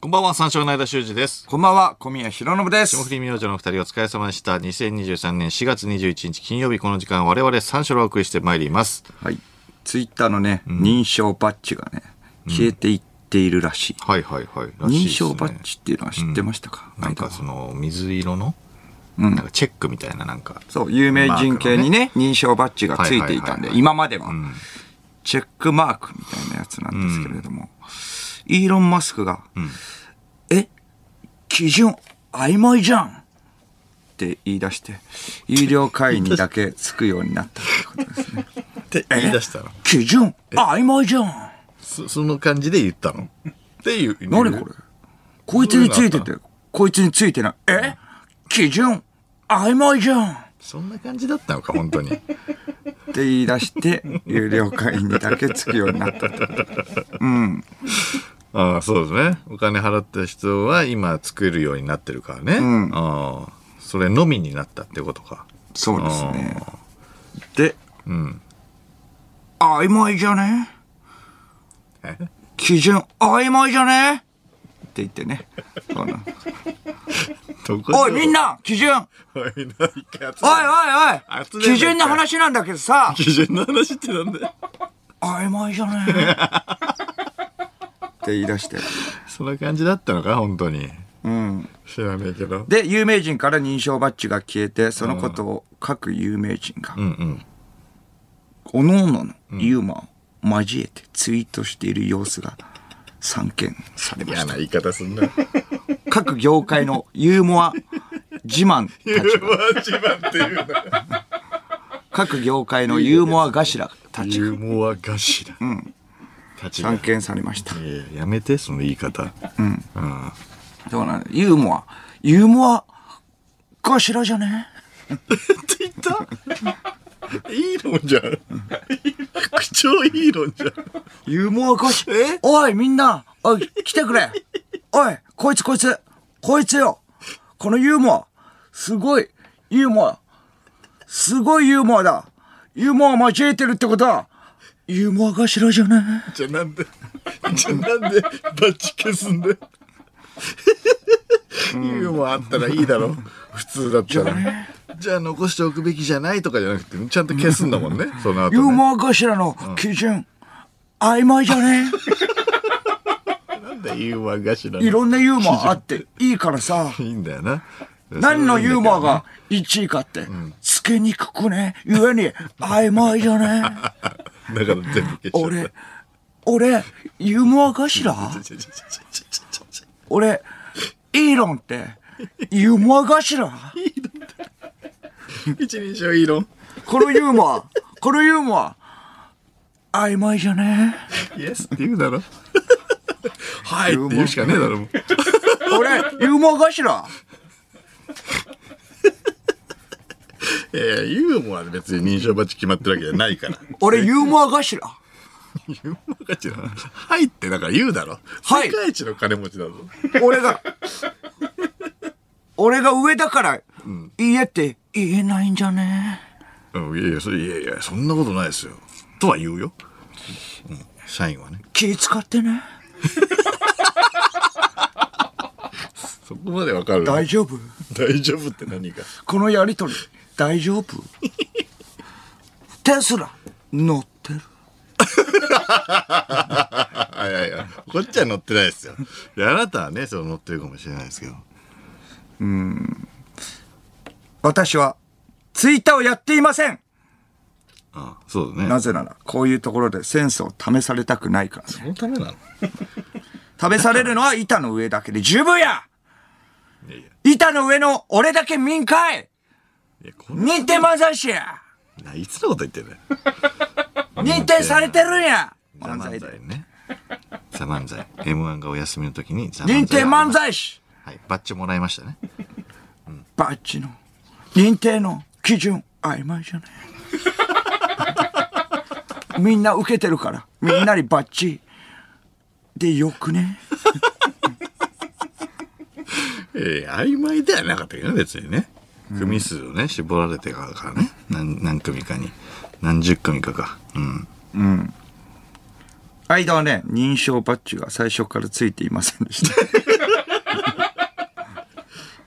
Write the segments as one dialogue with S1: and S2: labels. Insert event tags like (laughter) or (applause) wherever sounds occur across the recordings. S1: こんばんは、三照の間修二です。
S2: こんばんは、小宮浩信です。
S1: 霜降り明星のお二人お疲れ様でした。2023年4月21日金曜日この時間我々三照をお送りしてまいります。
S2: はい。ツイッターのね、認証バッジがね、消えていっているらしい。
S1: はいはいはい。らしい
S2: 認
S1: ですね
S2: 証バッジっていうのは知ってましたか、
S1: なん
S2: 間
S1: か
S2: は
S1: その水色の、なんかチェックみたいななんか。
S2: そう、有名人系にね、認証バッジがついて
S1: はいは
S2: いたん
S1: いはい
S2: で、
S1: はい
S2: 今までは、チェックマークみたいなやつなんですけれども、イーロン・マスクが、え、基準曖昧じゃんって言い出して、有料会員にだけつくようになったってことですね。
S1: (laughs) って言い出したの。
S2: 基準曖昧じゃん
S1: そその感じで言ったのっていう。
S2: 何これこいつについてて、こいつについてない。え基準曖昧じゃん
S1: そんな感じだったのか、本当に。 (laughs)
S2: って言い出して、有料会員にだけつくようになったと。
S1: ああ、そうですね。お金払った人は今作るようになってるからね。ああそれのみになったってことか。
S2: そうですね。で、
S1: うん。
S2: 曖昧じゃね
S1: え
S2: 基準曖昧じゃねって言ってね。そう
S1: (laughs)
S2: なおいみん
S1: な
S2: な基準
S1: おいみんな一回集
S2: お
S1: めて
S2: いおいおい
S1: 熱いね
S2: 基準の話なんだけ
S1: (laughs)
S2: どさ
S1: 基準の話ってなんだよ。
S2: 曖昧じ
S1: (laughs)
S2: ゃねって言い出して。
S1: そんな感じだったのか、本当に。
S2: うん。
S1: 知らないけど。
S2: で、有名人から認証バッジが消えて、そのことを各有名人が、
S1: うんうん。
S2: 各々のユーモアを交えてツイートしている様子が散見されま
S1: 嫌
S2: した
S1: な。言い方すんな。
S2: (laughs) 各業界のユーモア自慢た
S1: (laughs)
S2: ち
S1: 一
S2: が、
S1: 番っていうの。
S2: 各業界のユーモア頭たち
S1: ユーモア頭。うん。立場
S2: 散。見されました。
S1: いやいややめて、その言い方。
S2: どうなのユーモア、ユーモア頭じゃね
S1: って言った (laughs) いい論じゃん。 (laughs) 口調いい論じゃん。
S2: ユーモア頭、えおいみんな、おい、来てく (laughs) れ。おい、こいつこいつ、こいつよ。このユーモア、すごい、ユーモア、すごいユーモアだ。ユーモア交えてるってことは、ユーモア頭じゃね
S1: じゃあなんで、じゃあなんでバッチ消すんだよ。ユーモアあったらいいだろ。普通だったら。じゃあ残しておくべきじゃないとかじゃなくて、ちゃんと消すんだもんね。その後、ね。
S2: ユーモア頭の基準、曖昧じゃ (laughs) ね
S1: なんだよユーモア頭の
S2: いろんなユーモアあっていいからさ。
S1: いいんだよな。
S2: 何のユーモアが1位かって、つけにくくね。ゆえに、曖昧じゃね
S1: それいいんだけどねだから全部消しちゃっ
S2: 俺、俺、ユーモア頭
S1: た。ちょちょちょちょちょちょちょちょ
S2: 俺、イーロンって、ユーモア頭
S1: (laughs) 一人称イーロン。
S2: このユーモア、このユーモア、曖昧じゃね
S1: イエスって言うだろ。はいって言うしかねえだろ。もう
S2: 俺、ユーモア頭
S1: いやいや、ユーモアで別に認証バッジ決まってるわけじゃないから。
S2: 俺、ユーモア頭
S1: ユーモア勝ちな。はいってだから言うだろ。
S2: はい
S1: 世界一の金持ちだぞ。
S2: 俺が、俺が上だから、言えって言えないんじゃね
S1: うん、いやいや、それいやいや、そんなことないですよ。とは言うよ。うん、社員はね。
S2: 気使ってね。
S1: そこまでわかる。
S2: 大丈夫
S1: 大丈夫って何か。
S2: このやりとり、大丈夫テスラ、乗ってる
S1: あ、いやいや、こっちは乗ってないですよ。であなたはね、そう乗ってるかもしれないですけど。
S2: 私は、ツイッターをやっていません
S1: あそうだね。
S2: なぜなら、こういうところでセンスを試されたくないからね。
S1: そのためなの
S2: 試されるのは板の上だけで十分や
S1: いやいや
S2: 板の上の俺だけ民会
S1: いや、こん
S2: 認定漫才師や
S1: ないつのこと言ってんだよ。
S2: 認定されてるんや
S1: ザ
S2: 漫才
S1: 漫
S2: で。
S1: 才ね。ザ漫才。M1 がお休みの時にザ
S2: 認定漫
S1: は
S2: 才師
S1: い、バッジもらいましたね。
S2: バッジの認定の基準曖昧じゃない (laughs) みんな受けてるから、みんなにバッジでよくね
S1: ええ曖昧ではなかったけどね別にね組数をね絞られてからね何何組かに何十組かかうん
S2: 間はね、認証バッジが最初からついていません
S1: (laughs)
S2: でした。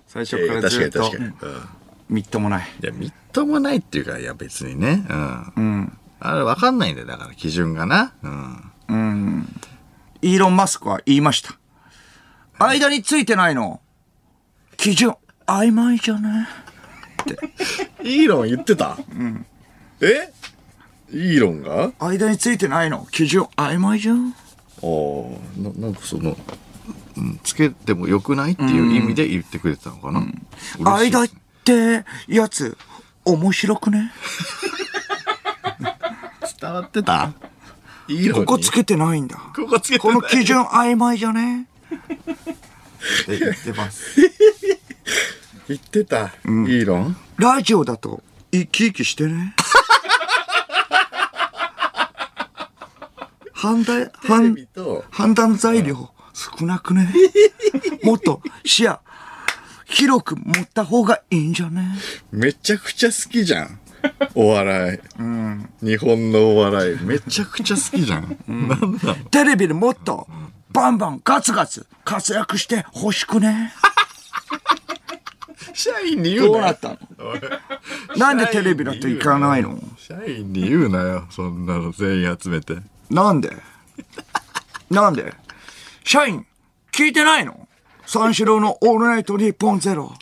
S2: 最初からずっ
S1: いや
S2: と
S1: 確かに確かに、うん
S2: みっともない。
S1: いやみっともないっていうかいや別にねうん、あれ分かんないんだよだから基準がなうん
S2: イーロン・マスクは言いました。間についてないの。基準、曖昧じゃね
S1: イーロン言ってたうんえイーロンが
S2: 間についてないの。基準、曖昧じゃん
S1: おななんかその、うん、つけてもよくないっていう意味で言ってくれてたのかな、嬉しい
S2: 間って、やつ、面白くね
S1: 伝わってたイーロン
S2: こ
S1: に
S2: こつけてないんだ。
S1: ここつけて
S2: こ
S1: ない
S2: の基準、曖昧じ
S1: (laughs)
S2: ゃねって言ってます。
S1: 言ってた、イーロン
S2: ラジオだと、生き生きして (laughs) ね。判断、
S1: テレ
S2: 判
S1: ビ、と
S2: 判断材料少なくねもっと視野広く持った方がいいんじゃね
S1: めちゃくちゃ好きじゃんお笑い、日本のお笑いめちゃくちゃ好きじゃん、なんなの
S2: テレビでもっとバンバンガツガツ活躍してほしくね
S1: 社員に言う
S2: どう
S1: な
S2: な
S1: よ
S2: ったのなんでテレビだと行かないの
S1: 社員に言うなよそんなの全員集めて
S2: なんでなんで社員聞いてないの三四郎の「オールナイトニッポンゼロ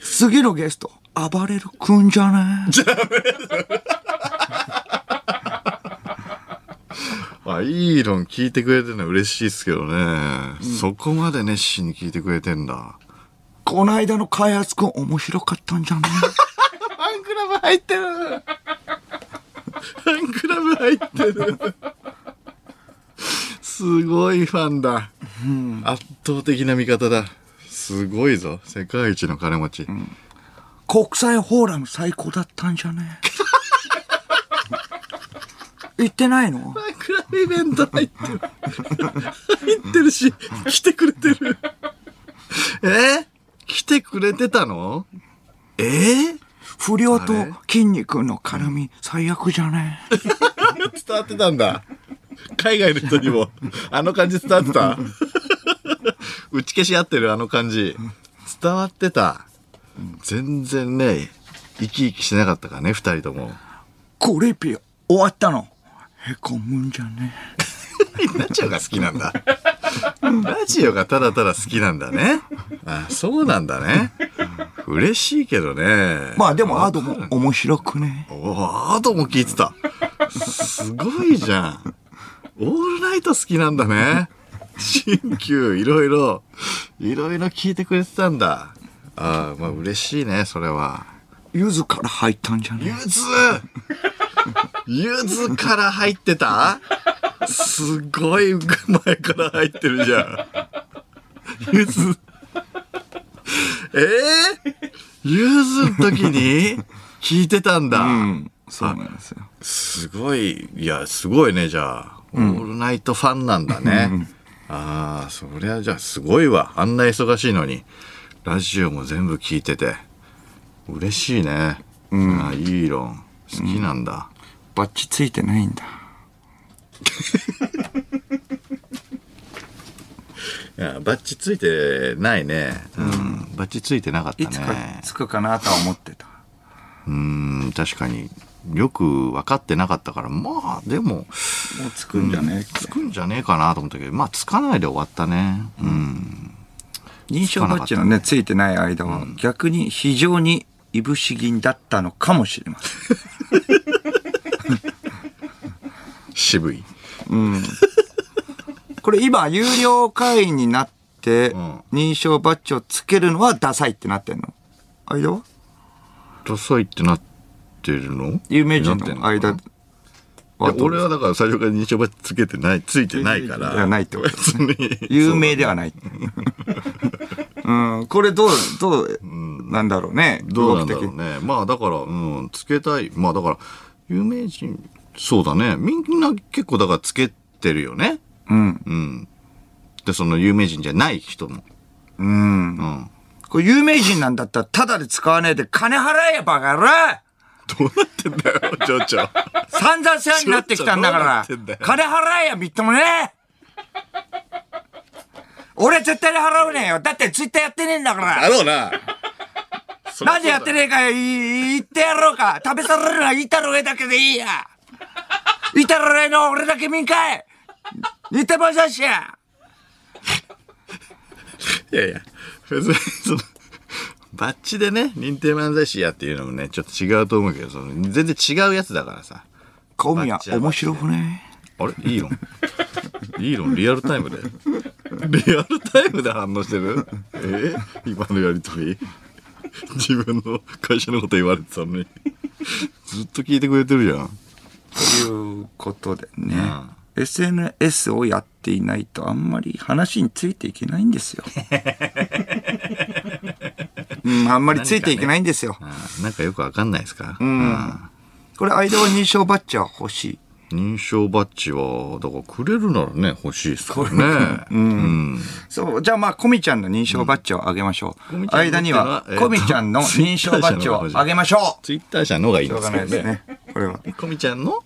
S2: 次のゲスト暴れる君じゃね
S1: あイーロン聞いてくれてるのは嬉しいですけどね、そこまで熱心に聞いてくれてんだ
S2: こないだの開発君面白かったんじゃね
S1: ファンクラブ入ってるファンクラブ入ってるすごいファンだ、圧倒的な味方だすごいぞ世界一の金持ち、
S2: 国際フォーラム最高だったんじゃね行ってないの
S1: ファンクラブイベント入ってる入ってるし来てくれてるえー来てくれてたのえー
S2: 不良と筋肉の絡み最悪じゃね
S1: 伝わってたんだ海外の人にもあの感じ伝わってた打ち消し合ってるあの感じ伝わってた全然ね生き生きしてなかったからね2人とも
S2: コリピ終わったのへこむんじゃね
S1: ラジオが好きなんだ。ラジオがただただ好きなんだね。あ、そうなんだね。嬉しいけどね。
S2: まあでもアドも面白くね
S1: おー、アドも聞いてた。すごいじゃん。オールナイト好きなんだね。新旧いろいろ、いろいろ聞いてくれてたんだ。あーまあ嬉しいね、それは。
S2: ゆずから入ったんじゃ
S1: ゆ
S2: ね
S1: ずゆずから入ってたすごい前から入ってるじゃん。ゆず。えー、ゆずの時に聞いてたんだ。
S2: うんそうなんですよ
S1: すごい、いや、すごいね、じゃあ。オールナイトファンなんだね。ああ、そりゃ、じゃあすごいわ。あんな忙しいのに。ラジオも全部聞いてて。嬉しいね。うん。あーイーロン、好きなんだ。
S2: バッチついてないんだ
S1: いやバッチついてないね。うん。バッチついてなかった
S2: いつか
S1: ね。
S2: つくかなとは思ってた
S1: うん、確かに。よく分かってなかったから、まあ、でも、
S2: もうつくんじゃね
S1: つくんじゃねえかなと思ったけど、まあ、つかないで終わったね。うん。
S2: 認証バッジのね、ついてない間は、逆に非常にいぶし銀だったのかもしれません。
S1: 渋い。
S2: これ今、有料会員になって
S1: ん、
S2: 認証バッジをつけるのはダサいってなってんの間は
S1: ダサいってなってるの
S2: 有名人
S1: なってん
S2: の間
S1: いや
S2: はどう
S1: 俺はだから最初から認証バッジつけてないついてないから
S2: いやないってこと
S1: 別に
S2: (laughs) 有名ではない。うん、これどう、どう、なんだろうね。
S1: どうなんだろ
S2: 動
S1: う
S2: き
S1: ねまあだからうんつけたいまあだから有名人そうだねみんな結構だからつけてるよね
S2: 的うん。
S1: うんでその有名人じゃない人も
S2: うん。
S1: うん
S2: これ有名人なんだったら、ただで使わねえで金払えや、バカ野郎
S1: どうなって (laughs) んだよ、情緒。
S2: 散々世話になってきたんだか
S1: ちょっとどうなってんだ
S2: ら
S1: よ。
S2: 金払えよ、みっともね。俺絶対に払うねえよ。だってツイッターやってねえんだから。
S1: だろうな。
S2: なんでやって
S1: る
S2: ねえかい言ってやろうか。食べされるのは板の上だけでいいや。板の上の俺だけ民かい。似てませんし。
S1: いやいや、別に、その、バッチでね、認定漫才師やっていうのもね、ちょっと違うと思うけど、その全然違うやつだからさ。
S2: 小宮
S1: バッチ、は
S2: 面白くね。
S1: あれイーロン。イーロン、リアルタイムで。リアルタイムで反応してるえ今のやりとり。自分の会社のこと言われてたのに。ずっと聞いてくれてるじゃん。
S2: ということでね。SNS をやっていないとあんまり話についていけないんですよ。 (laughs) うん、あんまりついていけないんですよ。
S1: あーなんかよくわかんないですかうん。
S2: これ、間は認証バッジは欲しい。
S1: 認証バッジは、だからくれるならね、欲しいですからね。 (laughs) うん。
S2: そう、じゃあまあ、コミちゃんの認証バッジをあげましょう。
S1: うん
S2: 間には
S1: コミちゃんのっての、は
S2: コミちゃんの認証バッ (laughs) ジをあげましょ。
S1: ツイッター社の方がいいうん
S2: しょ
S1: で
S2: う
S1: す
S2: がな
S1: けど
S2: いです
S1: ね。
S2: ね。これは。
S1: こみちゃんの、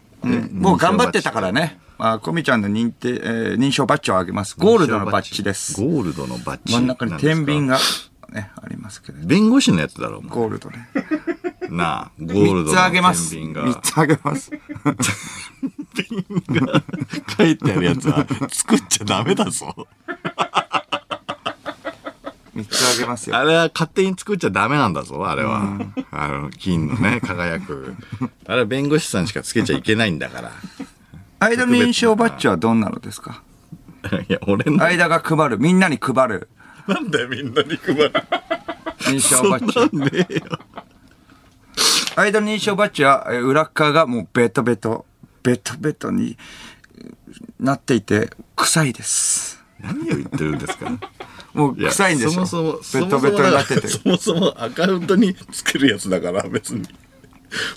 S2: もう頑張ってたからね。まあ、コミちゃんの認定、えー認証バッジをあげます。ゴールドのバッジです。
S1: ゴールドのバッジ。
S2: 真ん中に天秤
S1: が。
S2: が、ね、ありますけど。
S1: 弁護士のやつだろ、お前
S2: ゴールドね。
S1: なあ、ゴールドの
S2: 3つあげます。
S1: 天秤が。
S2: 3つあげます。
S1: 書いてあるやつは作っちゃダメだぞ。
S2: 3つあげますよ。
S1: あれは勝手に作っちゃダメなんだぞ、あれは。あの、金のね、輝く。あれは弁護士さんしかつけちゃいけないんだから。
S2: 間の認証バッジはどんなのですか
S1: いや、俺の、
S2: 間が配る、みんなに配る
S1: なんだよ、みんなに配
S2: (laughs)
S1: る。
S2: 認
S1: そ
S2: 証
S1: ん
S2: バ
S1: な
S2: ッジ。
S1: んねえよ。
S2: 間の認証バッジはえー裏っ側がもうベトベトベトベトにえーなっていて臭いです
S1: 何を言ってるんですか
S2: もう
S1: いや
S2: 臭いんですよ
S1: そもそも
S2: ベトベトになってて
S1: そもそもアカウントに作るやつだから別に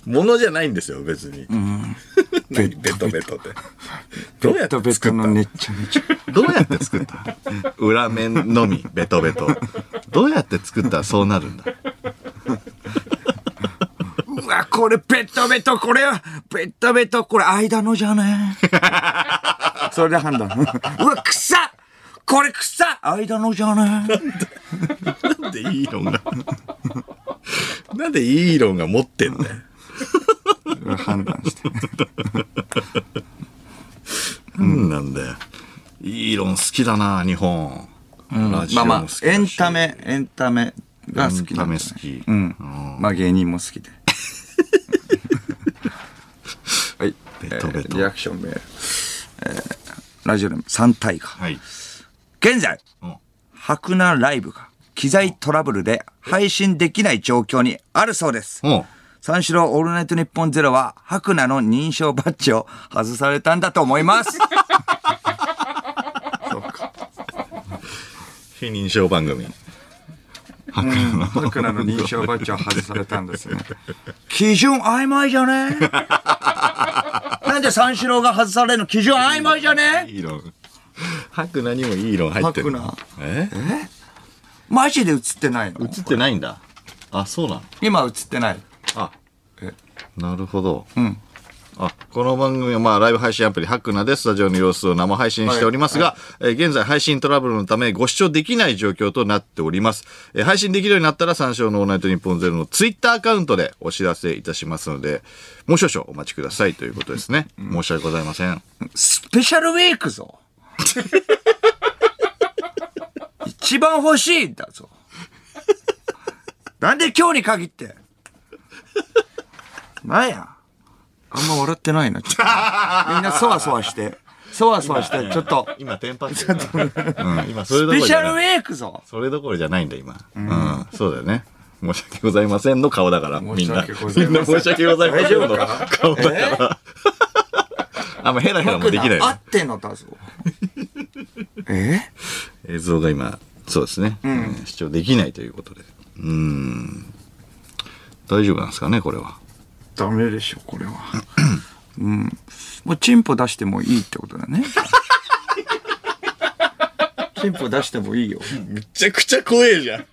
S1: ものじゃないんですよ別に、 (laughs) 何ベトベトってどうやっ
S2: ベ
S1: て
S2: トベ
S1: 作
S2: ト
S1: っ
S2: の
S1: た
S2: ねっちゃねちゃ
S1: どうやって作った裏面のみベトベトどうやって作ったらそうなるんだ
S2: うわこれベトベトこれはベトベトこれ間のじゃねそれで判断うわ臭っこれ臭っ間のじゃね
S1: なんでイーロンがなんでイーロンが持ってんだよ
S2: 判断して
S1: うん、なんだよイーロン好きだな日本、ラジ
S2: ま
S1: オ
S2: あ
S1: も
S2: ま
S1: 好きだし
S2: あエンタメエンタメが好きなんだね
S1: エンタメ好き
S2: うんまあ芸人も好きではい
S1: ベトベト
S2: リアクションメール、えーラジオネーム3体が
S1: はい、
S2: 現在
S1: うん
S2: 白菜ライブが機材トラブルで配信できない状況にあるそうです
S1: うん
S2: 三四郎オールナイトニッポンゼロは白菜の認証バッジを外されたんだと思います
S1: 非認証番組
S2: 白菜の認証バッジを外されたんですね。基準曖昧じゃねなんで三四郎が外されるの基準曖昧じゃね
S1: イーロン白菜にもイーロン入ってる
S2: 白
S1: え
S2: マジで映ってないの
S1: 映ってないんだあそうなの
S2: 今映ってない。
S1: あ
S2: え
S1: なるほどうんあこの番組は、まあ、ライブ配信アプリ、ハクナでスタジオの様子を生配信しておりますが、えー現在配信トラブルのためご視聴できない状況となっております。えー配信できるようになったら、三章のオールナイトニッポンゼロのツイッターアカウントでお知らせいたしますので、もう少々お待ちくださいということですね。申し訳ございません。
S2: スペシャルウィーク
S1: (laughs)
S2: ぞ。一番欲しいんだぞ。なんで今日に限って。なんや。あんま笑ってないな。ちょっ (laughs) とみんなそわそわして。そわそわして、ちょっと。
S1: 今、テンパってる (laughs) うん、今、それどこ
S2: ス
S1: ろ
S2: ペ
S1: じ
S2: シ
S1: ゃ
S2: ャ
S1: な
S2: ル
S1: い
S2: ウェイクぞ。
S1: それどころじゃないんだ、今。うん、そうだよね。申し訳ございませんの顔だから、みんな。
S2: 申し訳ござい
S1: みん
S2: ません
S1: な申し訳ございませんの顔だから。あんまヘラヘラもできない
S2: あ
S1: よね。
S2: っての
S1: (laughs)
S2: だぞ。え
S1: 映像が今、そうですね、うん視聴できないということで。うん。大丈夫なんですかね、これは。
S2: ダメでしょ、これは。うん。もうチンポ出してもいいってことだね。 (laughs) チンポ出してもいいよ。
S1: (laughs) めちゃくちゃ怖えじゃん。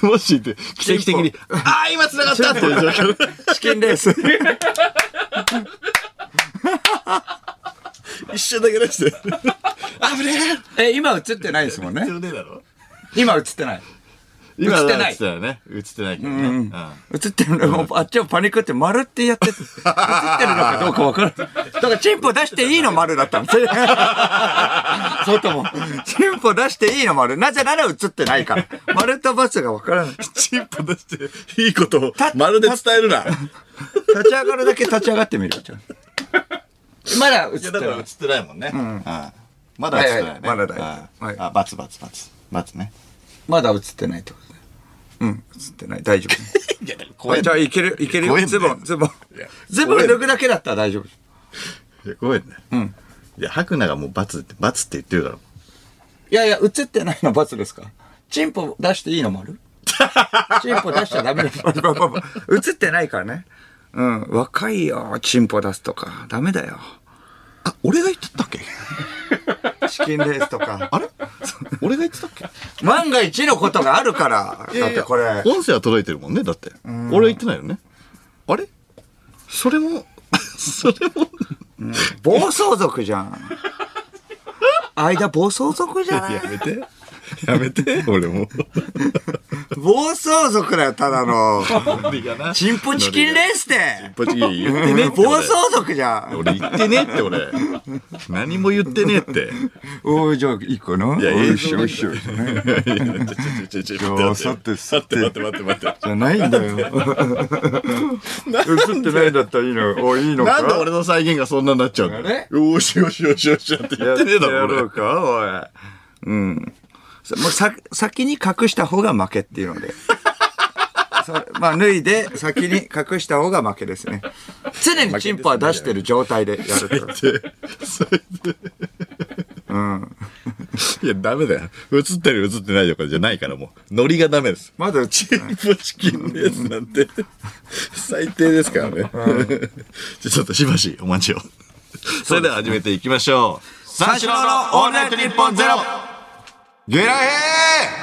S1: もしで奇跡的に「ああ今繋がった!」っていう状況
S2: チキンレース。
S1: 一瞬だけ出 (laughs) して危ね
S2: (laughs) え、今映ってないですもん
S1: え
S2: ね。
S1: ねえだろ
S2: 今映ってない。
S1: 今
S2: 映ってない
S1: 映ってたよね映ってないけどね、うん
S2: 映ってるのもうあっちはパニックって丸ってやって、映ってるのかどうかわからない。だからチンポ出していいの丸だった (laughs) んですよ。外も。チンポ出していいの丸。なぜなら映ってないから。丸とバツがわからない。
S1: チンポ出していいことを
S2: た
S1: まるで伝えるな
S2: 立ち上がるだけ立ち上がってみる。ちょっとまだ映
S1: (laughs)
S2: っ
S1: い
S2: て
S1: や
S2: な
S1: だ
S2: い
S1: から映。ってないもんね、ああまだ映ってないね、
S2: はいはいまだだよ
S1: ああ
S2: はい
S1: あバツバツバツバツね
S2: まだ映ってないってことね。うん、映って (laughs) ない。大丈夫。
S1: いやだから
S2: あ
S1: 怖い
S2: じゃあ、いける、いける
S1: ごめんね
S2: よ。ズボン、ズボン
S1: や。
S2: ズボン脱ぐだけだったら大丈夫。
S1: いや怖いねうんいや白菜がもうバツってバツって言ってるから
S2: いやいや、映ってないの罰ですかチンポ出していいのもあ (laughs) るチンポ出しちゃダメだ。映ってないからね。うん、若いよ、チンポ出すとか。ダメだよ。
S1: あ俺が言ってたっけ
S2: チキンレースとか。
S1: (laughs) あれ俺が言ってたっけ
S2: 万が一のことがあるから。だってこれ。
S1: 音声は届いてるもんねだって俺は言ってないよねあれそれも (laughs) それも
S2: 暴走族じゃん。間暴走族じゃない
S1: やめてやめて俺も
S2: 暴走族だよ、ただの。チンポチキンレースって。
S1: ポチ言ってねえって俺
S2: 暴走族じゃん。
S1: 俺言ってねえって俺何も言ってねえって
S2: おーじゃあ、いいかない
S1: や
S2: お
S1: 映
S2: いしい、
S1: 像
S2: おいしい。おいしい
S1: いやちょちょちょちょ
S2: いや
S1: 待
S2: さ
S1: って
S2: て
S1: 待
S2: さ
S1: って
S2: て
S1: 待って待って待って
S2: じゃないんだよ。 (laughs) 映ってないんだったらいいの。お、いいのか
S1: なんで俺の再現がそんなになっちゃう
S2: あ
S1: の
S2: れ
S1: よしよしよしよしって言
S2: や
S1: っ
S2: ってて
S1: ねえだ
S2: や
S1: ろ
S2: ろう
S1: 俺
S2: か、おい。うん。さもうさ、先に隠した方が負けっていうので。 (laughs) それまあ、脱いで先に隠した方が負けですね。常にチンポは出してる状態でやる
S1: (laughs)
S2: ってこと。
S1: でそれでいやダメだよ映ってる映ってないとかじゃないからもうノリがダメです
S2: まだ、
S1: チームチキンのやつなんて最低ですからね、じゃあちょっとしばしお待ちをそれでは始めていきましょう三四郎のオールナイトニッポンゼロゲラヘ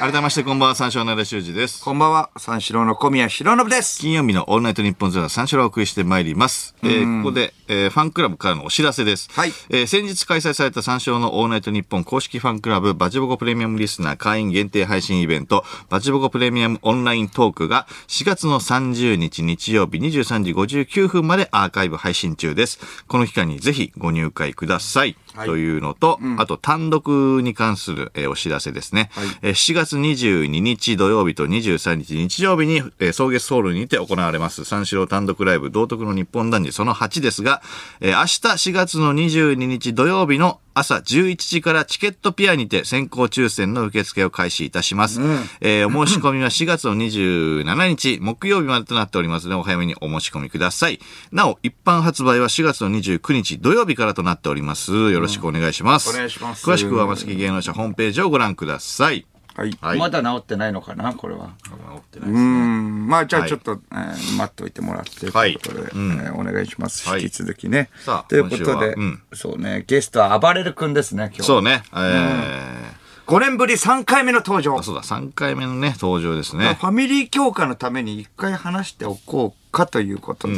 S1: ー改めましてこんばんは三四郎の良修二です
S2: こんばんは、三四郎の小宮浩信です。
S1: 金曜日のオールナイトニッポンゼロは三四郎をお送りしてまいります。えー、ここで、えーファンクラブからのお知らせです。
S2: はい
S1: えー先日開催された三四郎のオールナイトニッポン公式ファンクラブバチボコプレミアムリスナー会員限定配信イベントバチボコプレミアムオンライントークが4月の30日日曜日23時59分までアーカイブ配信中です。この期間にぜひご入会ください。
S2: はい
S1: というのと、あと単独に関する、えーお知らせですね、えー7月22日土曜日と23日日曜日に、えー、草月ホールにて行われます三四郎単独ライブ道徳の日本男児その8ですが、えー明日4月の22日土曜日の朝11時からチケットピアにて先行抽選の受付を開始いたします。えーお申し込みは4月の27日木曜日までとなっておりますので、お早めにお申し込みください。なお、一般発売は4月の29日土曜日からとなっております。よろしくお願いします。
S2: お願いします
S1: 詳しくは、松木芸能者ホームページをご覧ください。
S2: はい。
S1: はい
S2: まだ治ってないのかな、これは。
S1: う
S2: うんん。まあ、じゃあ
S1: はい
S2: ちょっと、えー待っておいてもらって、
S1: はい
S2: ということで、えーお願いします。
S1: は
S2: 引
S1: い
S2: き続きね。
S1: さあ
S2: ということ
S1: 今週は
S2: で、
S1: うん
S2: そうね、ゲストは暴れる君ですね、今日。
S1: そうね。えー
S2: 5年ぶり3回目の登場。
S1: あそうだ、3回目のね、登場ですね
S2: フ。ァミリー強化のために1回話しておこうかということで、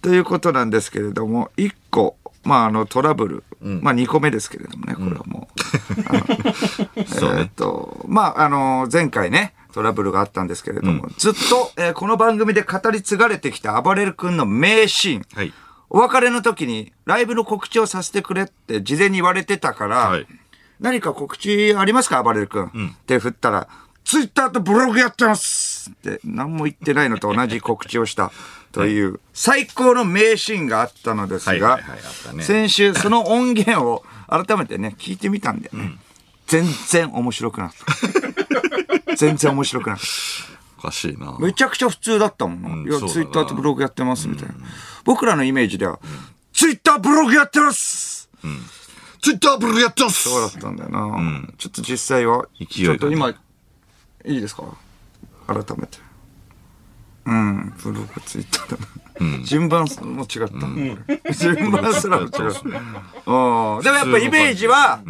S2: ということなんですけれども、1個、まあ、あの、トラブル、まあ、2個目ですけれどもね、これはもう。
S1: そう
S2: えーっ
S1: ね。
S2: と、まあ、あの、前回ね、トラブルがあったんですけれども、ずっと、えーこの番組で語り継がれてきた暴れる君の名シーン。
S1: はい
S2: お別れの時に、ライブの告知をさせてくれって事前に言われてたから、
S1: はい
S2: 何か告知ありますか暴れる君。って振ったら、ツイッターとブログやってますって何も言ってないのと同じ告知を
S1: (laughs)
S2: したという最高の名シーンがあったのですが、
S1: はいはいはいあったね
S2: 先週その音源を改めてね聞いてみたんだよね、全然面白くなかっ
S1: (laughs)
S2: た全然面白くなかった
S1: おかしいな。
S2: めちゃくちゃ普通だったもんな、
S1: うん
S2: い
S1: そう
S2: や
S1: だな
S2: ツイッターとブログやってますみたいな、僕らのイメージでは、ツイッターブログやってます
S1: ツイッターブルグやってます
S2: そうだったんだよな、ちょっと実際は
S1: 勢いがね
S2: ちょっと今いいですか改めてうんブログツイッターだな、順番も違った、順番すらも違った、
S1: そう
S2: うんでもやっぱイメージは、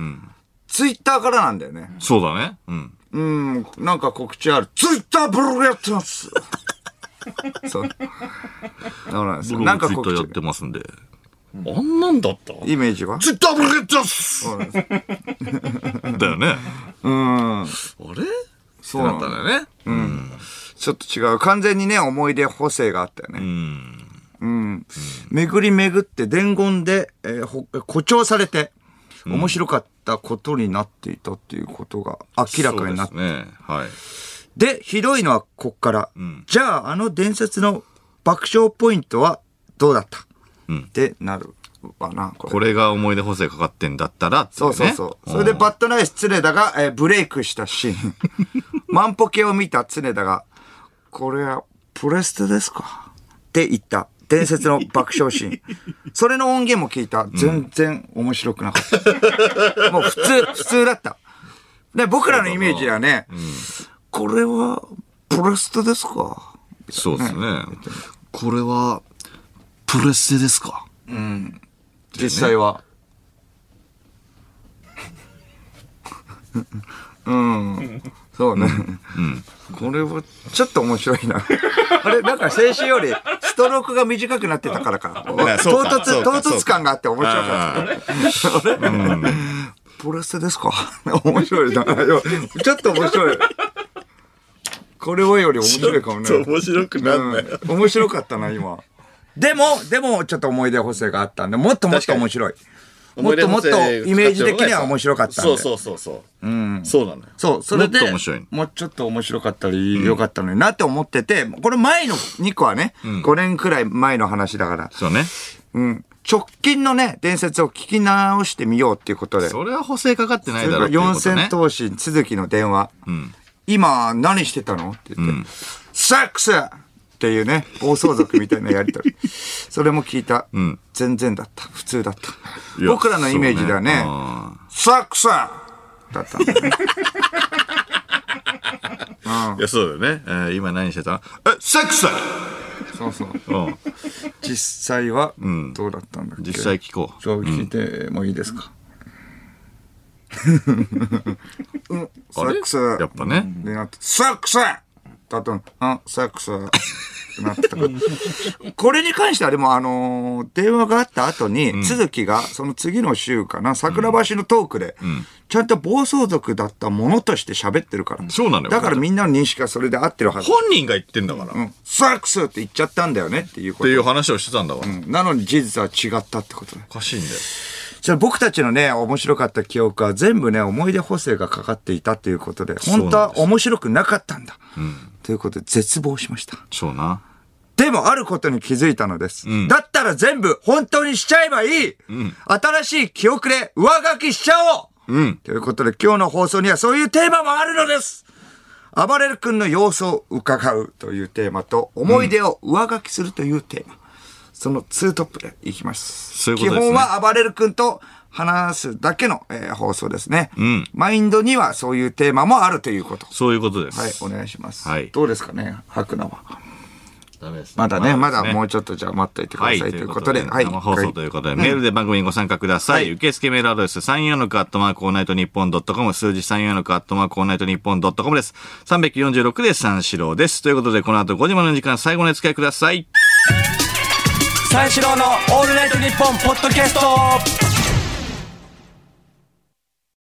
S2: ツイッターからなんだよね。
S1: そうだね。うん。
S2: うん、なんか告知ある。ツイッターブログやって
S1: (laughs)
S2: ます。そう。そうなんですよ。
S1: 僕
S2: なん
S1: も
S2: か
S1: ツイッタ
S2: 告
S1: ーやっ
S2: 知。
S1: てますんで。あんなんだった
S2: イメージは
S1: ツイッターブログやってます
S2: そうなんです。
S1: だよね。
S2: うん。
S1: あれ
S2: そうなんだ
S1: ってなったんだよね。
S2: ちょっと違う。完全にね、思い出補正があったよね。うん。巡り巡って伝言で、えーほ誇張されて、面白かったことになっていたっていうことが明らかになっ
S1: そうですね。はい。
S2: で、ひどいのはこっから。じゃあ、あの伝説の爆笑ポイントはどうだった、ってなるわな、これ。
S1: これが思い出補正かかってんだったらってい
S2: そう
S1: ね、
S2: うそうそう。それでバッドナイス常田が、えーブレイクしたシー (laughs) ン。万歩計を見た常田が、これはプレステですかって言った。伝説の爆笑シーン。それの音源も聞いた。全然面白くなか (laughs) った。もう普通、普通だった。で、僕らのイメージはね、これはプレステですか
S1: そうですね。これは、プレステですか
S2: 実際 (laughs) は。うん。そうね。これは、ちょっと面白いな。 (laughs) あれ、なんか先週より、ストロークが短くなってたからか。唐
S1: やそうかそ
S2: 突、
S1: うか
S2: 唐突感があって面白かった。
S1: あー
S2: プレステですか (laughs) 面白いな。いやちょっと面白い。これはより面白いかもね。
S1: 面白くなんない。
S2: うん面白かったな、今。でも、でも、ちょっと思い出補正があったんで、もっともっと面白い。もっともっとイメージ的には面白かったん
S1: そ
S2: で。
S1: うそうそうそう。うん。そうなのよ。
S2: そう、それで、
S1: もっと面白いの
S2: もうちょっと面白かったり、良かったのになって思ってて、これ前の2個はね、5年くらい前の話だから、
S1: そうね。
S2: うん、直近のね、伝説を聞き直してみようっていうことで、
S1: それは補正かかってないだろうっていう
S2: 四
S1: こと
S2: 千
S1: ね。
S2: 頭身続きの電話、今何してたのって言って、セックスっていうね暴走族みたいなやり
S1: (laughs)
S2: とりそれも聞いた、全然だった普通だった
S1: いや
S2: 僕らのイメージではね
S1: そうあ
S2: セックスだったんだよね
S1: ーいや、そうだよね。えー今何してたえ、セックス
S2: (laughs) そうそう
S1: うん。
S2: 実際はどうだったんだっけ、
S1: 実際聞こう。
S2: そう聞いてもいいですか、うん、サ
S1: あれ
S2: ックス
S1: やっぱね。
S2: でなって、サックスだと、うん、サックスってなって
S1: (laughs)
S2: たから。これに関しては、でも、あのー電話があった後に、続きが、その次の週かな、桜橋のトークで、ちゃんと暴走族だったものとして喋ってるから。
S1: そうなのよ
S2: だからみんなの認識がそれで合ってるはず。
S1: 本人が言ってんだから。
S2: う
S1: っ
S2: ん、サックスって言っちゃったんだよねっていうこ
S1: て
S2: と。
S1: いう話をしてたんだわ。
S2: うんなのに事実は違ったってことだ。
S1: おかしいんだよ。
S2: じゃあ僕たちのね、面白かった記憶は全部ね、思い出補正がかかっていたということで、本当は面白くなかったんだ。ということで、絶望しました。
S1: そうな。
S2: でも、あることに気づいたのです。だったら全部、本当にしちゃえばいい、新しい記憶で上書きしちゃおう、ということで、今日の放送にはそういうテーマもあるのです暴れる君の様子を伺うというテーマと、思い出を上書きするというテーマ。そのツートップでいきます。
S1: そういうことですね
S2: 基本は暴れる君と話すだけの、えー放送ですね、マインドにはそういうテーマもあるということ。
S1: そういうことで
S2: はい、
S1: す。
S2: お願いします。
S1: はい
S2: どうですかね、白菜は。
S1: ダメです
S2: まだね、まだも
S1: う
S2: うちょっとじゃあ待っといてくだ
S1: は
S2: さい
S1: い、
S2: と
S1: と
S2: い
S1: いうう
S2: こ
S1: ことと
S2: で。
S1: で、
S2: はい。
S1: 生放送ということで、メールで番組にご参加ください。受付メールアドレス、346アットマークオールナイトニッポンドットコム、数字346アットマークオールナイトニッポンドットコムです。346で三四郎です。ということで、この後5時までの時間、最後のお付き合いください。
S3: 三四郎の「オールナイトニッポン」ポッドキャスト